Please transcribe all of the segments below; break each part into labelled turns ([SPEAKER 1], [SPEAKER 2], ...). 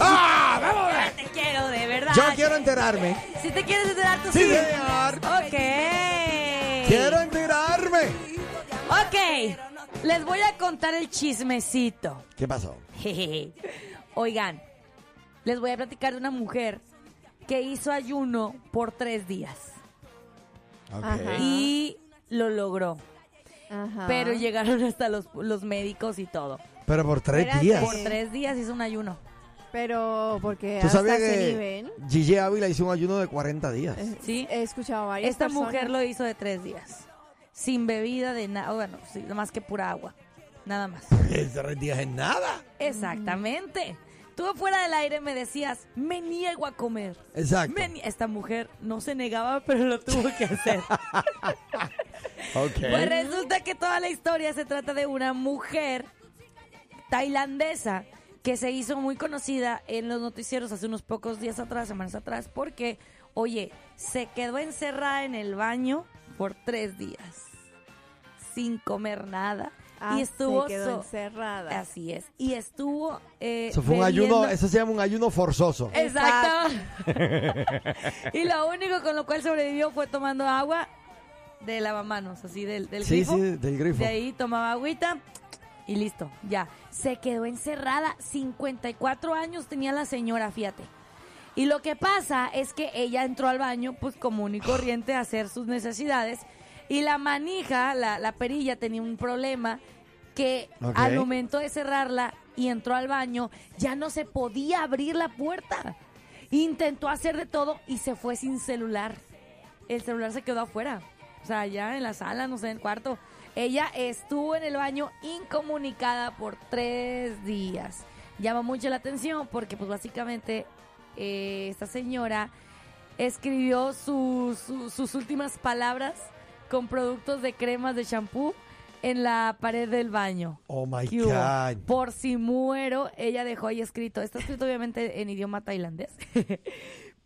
[SPEAKER 1] ¡Ah! ¡Vamos!
[SPEAKER 2] Ya te quiero, de verdad.
[SPEAKER 1] Yo quiero enterarme.
[SPEAKER 2] Si te quieres enterar, tú
[SPEAKER 1] Sí,
[SPEAKER 2] sí.
[SPEAKER 1] señor.
[SPEAKER 2] Ok.
[SPEAKER 1] Quiero enterarme.
[SPEAKER 2] Ok. Les voy a contar el chismecito.
[SPEAKER 1] ¿Qué pasó?
[SPEAKER 2] Jejeje. Oigan, les voy a platicar de una mujer que hizo ayuno por tres días
[SPEAKER 1] Ok.
[SPEAKER 3] Ajá.
[SPEAKER 2] y lo logró.
[SPEAKER 3] Ajá.
[SPEAKER 1] Ah.
[SPEAKER 2] Pero llegaron hasta los, los médicos y todo.
[SPEAKER 1] Pero por tres
[SPEAKER 3] Espérate.
[SPEAKER 1] días.
[SPEAKER 2] Por tres días hizo un ayuno.
[SPEAKER 3] Pero porque
[SPEAKER 1] ¿Tú
[SPEAKER 3] hasta
[SPEAKER 1] sabías
[SPEAKER 3] ese
[SPEAKER 1] que
[SPEAKER 3] nivel
[SPEAKER 1] Gigi Ávila hizo un ayuno de 40 días?
[SPEAKER 3] eh,
[SPEAKER 2] Sí.
[SPEAKER 3] he escuchado a varias
[SPEAKER 2] Esta
[SPEAKER 3] personas.
[SPEAKER 2] mujer lo hizo de tres días. Sin bebida de nada. Bueno, sí, más que pura agua. Nada más.
[SPEAKER 1] tres días es nada.
[SPEAKER 2] Exactamente. Tú fuera del aire me decías, me niego a comer.
[SPEAKER 1] Exacto.
[SPEAKER 2] Me ni- Esta mujer no se negaba, pero lo tuvo que hacer.
[SPEAKER 1] Ok.
[SPEAKER 2] Pues resulta que toda la historia se trata de una mujer tailandesa que se hizo muy conocida en los noticieros hace unos pocos días atrás, semanas atrás, porque, oye, se quedó encerrada en el baño por tres días sin comer nada.
[SPEAKER 3] Ah,
[SPEAKER 2] y estuvo
[SPEAKER 3] se quedó
[SPEAKER 2] so-
[SPEAKER 3] encerrada.
[SPEAKER 2] Así es. Y estuvo. eh,
[SPEAKER 1] Eso fue un
[SPEAKER 2] bebiendo-
[SPEAKER 1] ayuno, eso se llama un ayuno forzoso.
[SPEAKER 2] Exacto. y lo único con lo cual sobrevivió fue tomando agua de lavamanos, así del, del
[SPEAKER 1] Sí,
[SPEAKER 2] grifo.
[SPEAKER 1] sí, del grifo.
[SPEAKER 2] De ahí tomaba agüita y listo, ya. Se quedó encerrada. 54 años tenía la señora, fíjate. Y lo que pasa es que ella entró al baño, pues común y corriente, a hacer sus necesidades. Y la manija, la, la perilla, tenía un problema que
[SPEAKER 1] Ok.
[SPEAKER 2] al momento de cerrarla y entró al baño, ya no se podía abrir la puerta. Intentó hacer de todo y se fue sin celular. El celular se quedó afuera. O sea, ya en la sala, no sé, en el cuarto. Ella estuvo en el baño incomunicada por tres días. Llama mucho la atención porque, pues, básicamente, eh, esta señora escribió sus- su- sus últimas palabras con productos de cremas de shampoo en la pared del baño.
[SPEAKER 1] Oh my
[SPEAKER 2] ¿Qué hubo?
[SPEAKER 1] God.
[SPEAKER 2] Por si muero, ella dejó ahí escrito. Está escrito obviamente en idioma tailandés.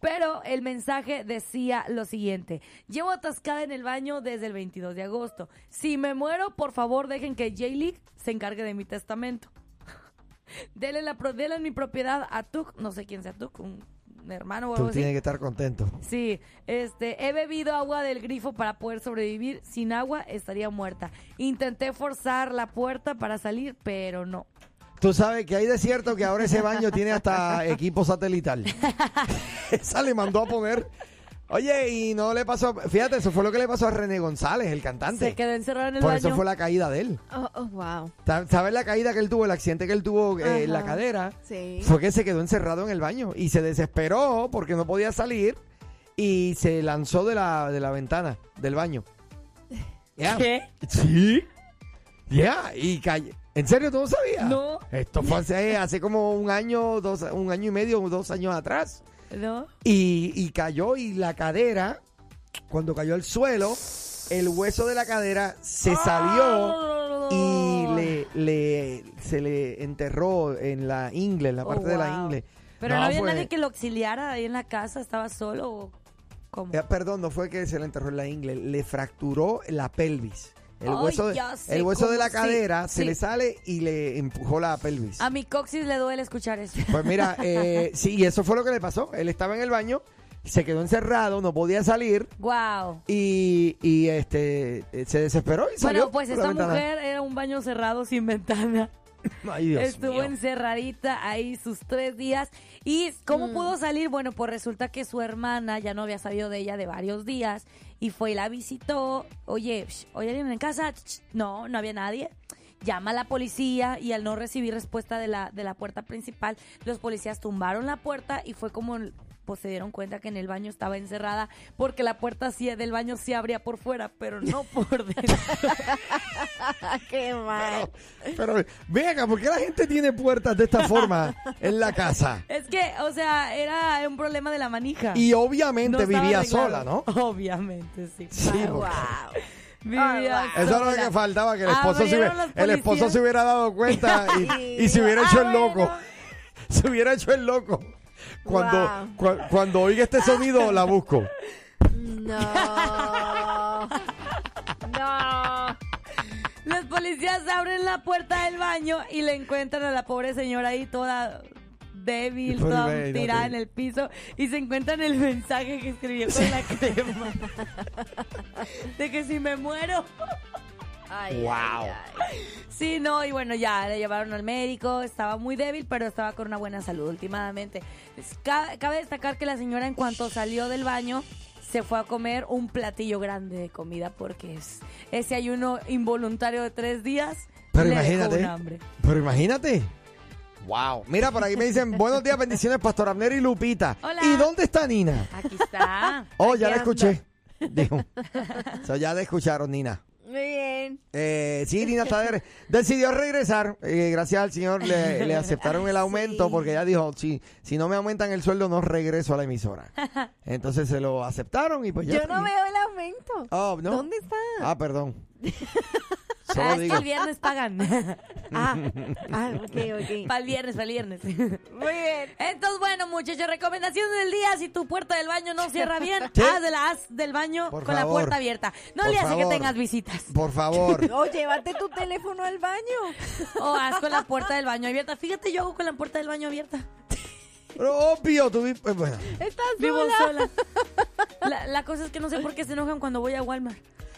[SPEAKER 2] Pero el mensaje decía lo siguiente. Llevo atascada en el baño desde el 22 de agosto. Si me muero, por favor, dejen que J-League se encargue de mi testamento. Dele, la, pro- dele mi propiedad a Tuk, no sé quién sea Tuk, un, un hermano o algo
[SPEAKER 1] Tú
[SPEAKER 2] así.
[SPEAKER 1] tienes que estar contento.
[SPEAKER 2] Sí, este, he bebido agua del grifo para poder sobrevivir. Sin agua estaría muerta. Intenté forzar la puerta para salir, pero no.
[SPEAKER 1] Tú sabes que hay desierto que ahora ese baño tiene hasta equipo satelital. Esa le mandó a poner. Oye, y no le pasó. Fíjate, eso fue lo que le pasó a René González, el cantante.
[SPEAKER 2] Se quedó encerrado en el
[SPEAKER 1] Por
[SPEAKER 2] baño.
[SPEAKER 1] eso fue la caída de él.
[SPEAKER 3] Oh, oh, wow.
[SPEAKER 1] Ta- ¿Sabes la caída que él tuvo, el accidente que él tuvo eh, en la
[SPEAKER 3] Ajá.
[SPEAKER 1] cadera?
[SPEAKER 3] Sí.
[SPEAKER 1] Fue que se quedó encerrado en el baño y se desesperó porque no podía salir y se lanzó de la, de la ventana del baño. Ya.
[SPEAKER 2] ¿Qué?
[SPEAKER 1] Sí. Ya, y calle. ¿En serio tú no sabías?
[SPEAKER 2] No.
[SPEAKER 1] Esto fue hace, hace como un año, dos, un año y medio, dos años atrás.
[SPEAKER 2] ¿No?
[SPEAKER 1] Y, y cayó y la cadera, cuando cayó al suelo, el hueso de la cadera se
[SPEAKER 2] Ah,
[SPEAKER 1] salió y le, le- se le enterró en la ingle, en la
[SPEAKER 2] Oh,
[SPEAKER 1] parte de la
[SPEAKER 2] wow.
[SPEAKER 1] ingle.
[SPEAKER 2] Pero no, había
[SPEAKER 1] fue-
[SPEAKER 2] nadie que lo auxiliara ahí en la casa, estaba solo o cómo.
[SPEAKER 1] Eh, perdón, no fue que se le enterró en la ingle, le fracturó la pelvis. El
[SPEAKER 2] Ay,
[SPEAKER 1] hueso, de-
[SPEAKER 2] ya sé
[SPEAKER 1] el hueso de
[SPEAKER 2] cómo-
[SPEAKER 1] la
[SPEAKER 2] sí,
[SPEAKER 1] cadera se
[SPEAKER 2] sí.
[SPEAKER 1] le sale y le empujó la pelvis.
[SPEAKER 2] A mi coxis le duele escuchar eso.
[SPEAKER 1] Pues mira, eh, sí, y eso fue lo que le pasó. Él estaba en el baño, se quedó encerrado, no podía salir
[SPEAKER 2] Wow.
[SPEAKER 1] y, y, este eh, se desesperó y
[SPEAKER 2] Bueno,
[SPEAKER 1] salió.
[SPEAKER 2] pues
[SPEAKER 1] por la
[SPEAKER 2] esta
[SPEAKER 1] ventana.
[SPEAKER 2] mujer era un baño cerrado sin ventana.
[SPEAKER 1] Ay, Dios
[SPEAKER 2] Estuvo
[SPEAKER 1] mío.
[SPEAKER 2] encerradita ahí sus tres días. ¿Y cómo pudo salir? Bueno, pues resulta que su hermana ya no había sabido de ella de varios días y fue y la visitó. Oye, sh, ¿hay alguien en casa? Ch, ch, No, no había nadie. Llama a la policía y al no recibir respuesta de la, de la puerta principal, los policías tumbaron la puerta y fue como el- pues se dieron cuenta que en el baño estaba encerrada porque la puerta sí- del baño se abría por fuera, pero no por dentro.
[SPEAKER 3] Ah, qué mal.
[SPEAKER 1] Pero ven acá, ¿por qué la gente tiene puertas de esta forma en la casa?
[SPEAKER 2] es que, o sea, era un problema de la manija.
[SPEAKER 1] Y obviamente
[SPEAKER 2] No
[SPEAKER 1] vivía
[SPEAKER 2] estaba
[SPEAKER 1] sola, ¿no?
[SPEAKER 2] arreglado. Obviamente, sí.
[SPEAKER 1] Sí, porque-
[SPEAKER 3] wow.
[SPEAKER 2] Vivía
[SPEAKER 3] wow.
[SPEAKER 1] Eso era lo
[SPEAKER 2] sola.
[SPEAKER 1] que faltaba, que el esposo, se
[SPEAKER 2] Abrieron
[SPEAKER 1] hubiera,
[SPEAKER 2] los
[SPEAKER 1] el esposo
[SPEAKER 2] policías.
[SPEAKER 1] se hubiera dado cuenta y, y se hubiera
[SPEAKER 3] Ah,
[SPEAKER 1] hecho el
[SPEAKER 3] bueno.
[SPEAKER 1] loco. Se hubiera hecho el loco. Cuando,
[SPEAKER 3] Wow.
[SPEAKER 1] cua- cuando oiga este sonido, la busco.
[SPEAKER 3] No. No.
[SPEAKER 2] Los policías abren la puerta del baño y le encuentran a la pobre señora ahí toda débil,
[SPEAKER 1] Pues,
[SPEAKER 2] toda
[SPEAKER 1] imagínate.
[SPEAKER 2] tirada en el piso y se encuentran el mensaje que escribió con la crema. de que si me muero.
[SPEAKER 3] Ay,
[SPEAKER 1] Wow.
[SPEAKER 3] ay, ay.
[SPEAKER 2] Sí, no, y bueno, ya le llevaron al médico, estaba muy débil, pero estaba con una buena salud últimamente. Es- ca- Cabe destacar que la señora en cuanto salió del baño se fue a comer un platillo grande de comida porque es ese ayuno involuntario de tres días.
[SPEAKER 1] Pero
[SPEAKER 2] le dejó
[SPEAKER 1] imagínate.
[SPEAKER 2] un hambre.
[SPEAKER 1] Pero imagínate. Wow. Mira, por aquí me dicen, buenos días, bendiciones, Pastor Abner y Lupita.
[SPEAKER 2] Hola.
[SPEAKER 1] ¿Y dónde está Nina?
[SPEAKER 2] Aquí está.
[SPEAKER 1] Oh,
[SPEAKER 2] Aquí
[SPEAKER 1] ya la
[SPEAKER 2] anda.
[SPEAKER 1] escuché. Dijo. So, ya la escucharon, Nina.
[SPEAKER 3] Muy bien.
[SPEAKER 1] Eh, sí, Nina está de re- decidió regresar. Eh, gracias al señor le, le aceptaron el aumento porque ella dijo, si, si no me aumentan el sueldo no regreso a la emisora. Entonces se lo aceptaron y pues ya.
[SPEAKER 3] Yo no veo el aumento.
[SPEAKER 1] Oh, no.
[SPEAKER 3] ¿Dónde está?
[SPEAKER 1] Ah, perdón. Solo
[SPEAKER 2] Ah, es que
[SPEAKER 1] digo.
[SPEAKER 2] el viernes pagan.
[SPEAKER 3] Ah, ah, ok, ok.
[SPEAKER 2] para el viernes, para el viernes.
[SPEAKER 3] Muy bien.
[SPEAKER 2] Entonces, bueno, muchachos, recomendación del día. Si tu puerta del baño no cierra bien,
[SPEAKER 1] Sí.
[SPEAKER 2] haz, de la, haz del baño
[SPEAKER 1] Por
[SPEAKER 2] con la
[SPEAKER 1] favor.
[SPEAKER 2] puerta abierta. No
[SPEAKER 1] Por
[SPEAKER 2] le hace
[SPEAKER 1] favor.
[SPEAKER 2] que tengas visitas.
[SPEAKER 1] Por favor.
[SPEAKER 3] O llévate tu teléfono al baño.
[SPEAKER 2] O Oh, haz con la puerta del baño abierta. Fíjate, yo hago con la puerta del baño abierta.
[SPEAKER 1] Pero obvio, tú vi- pues, bueno.
[SPEAKER 3] Estás
[SPEAKER 2] Vivo
[SPEAKER 3] sola.
[SPEAKER 2] sola. La, la cosa es que no sé por qué se enojan cuando voy a Walmart.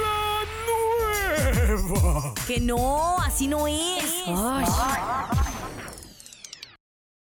[SPEAKER 4] La Nueva.
[SPEAKER 5] Que no, así no es.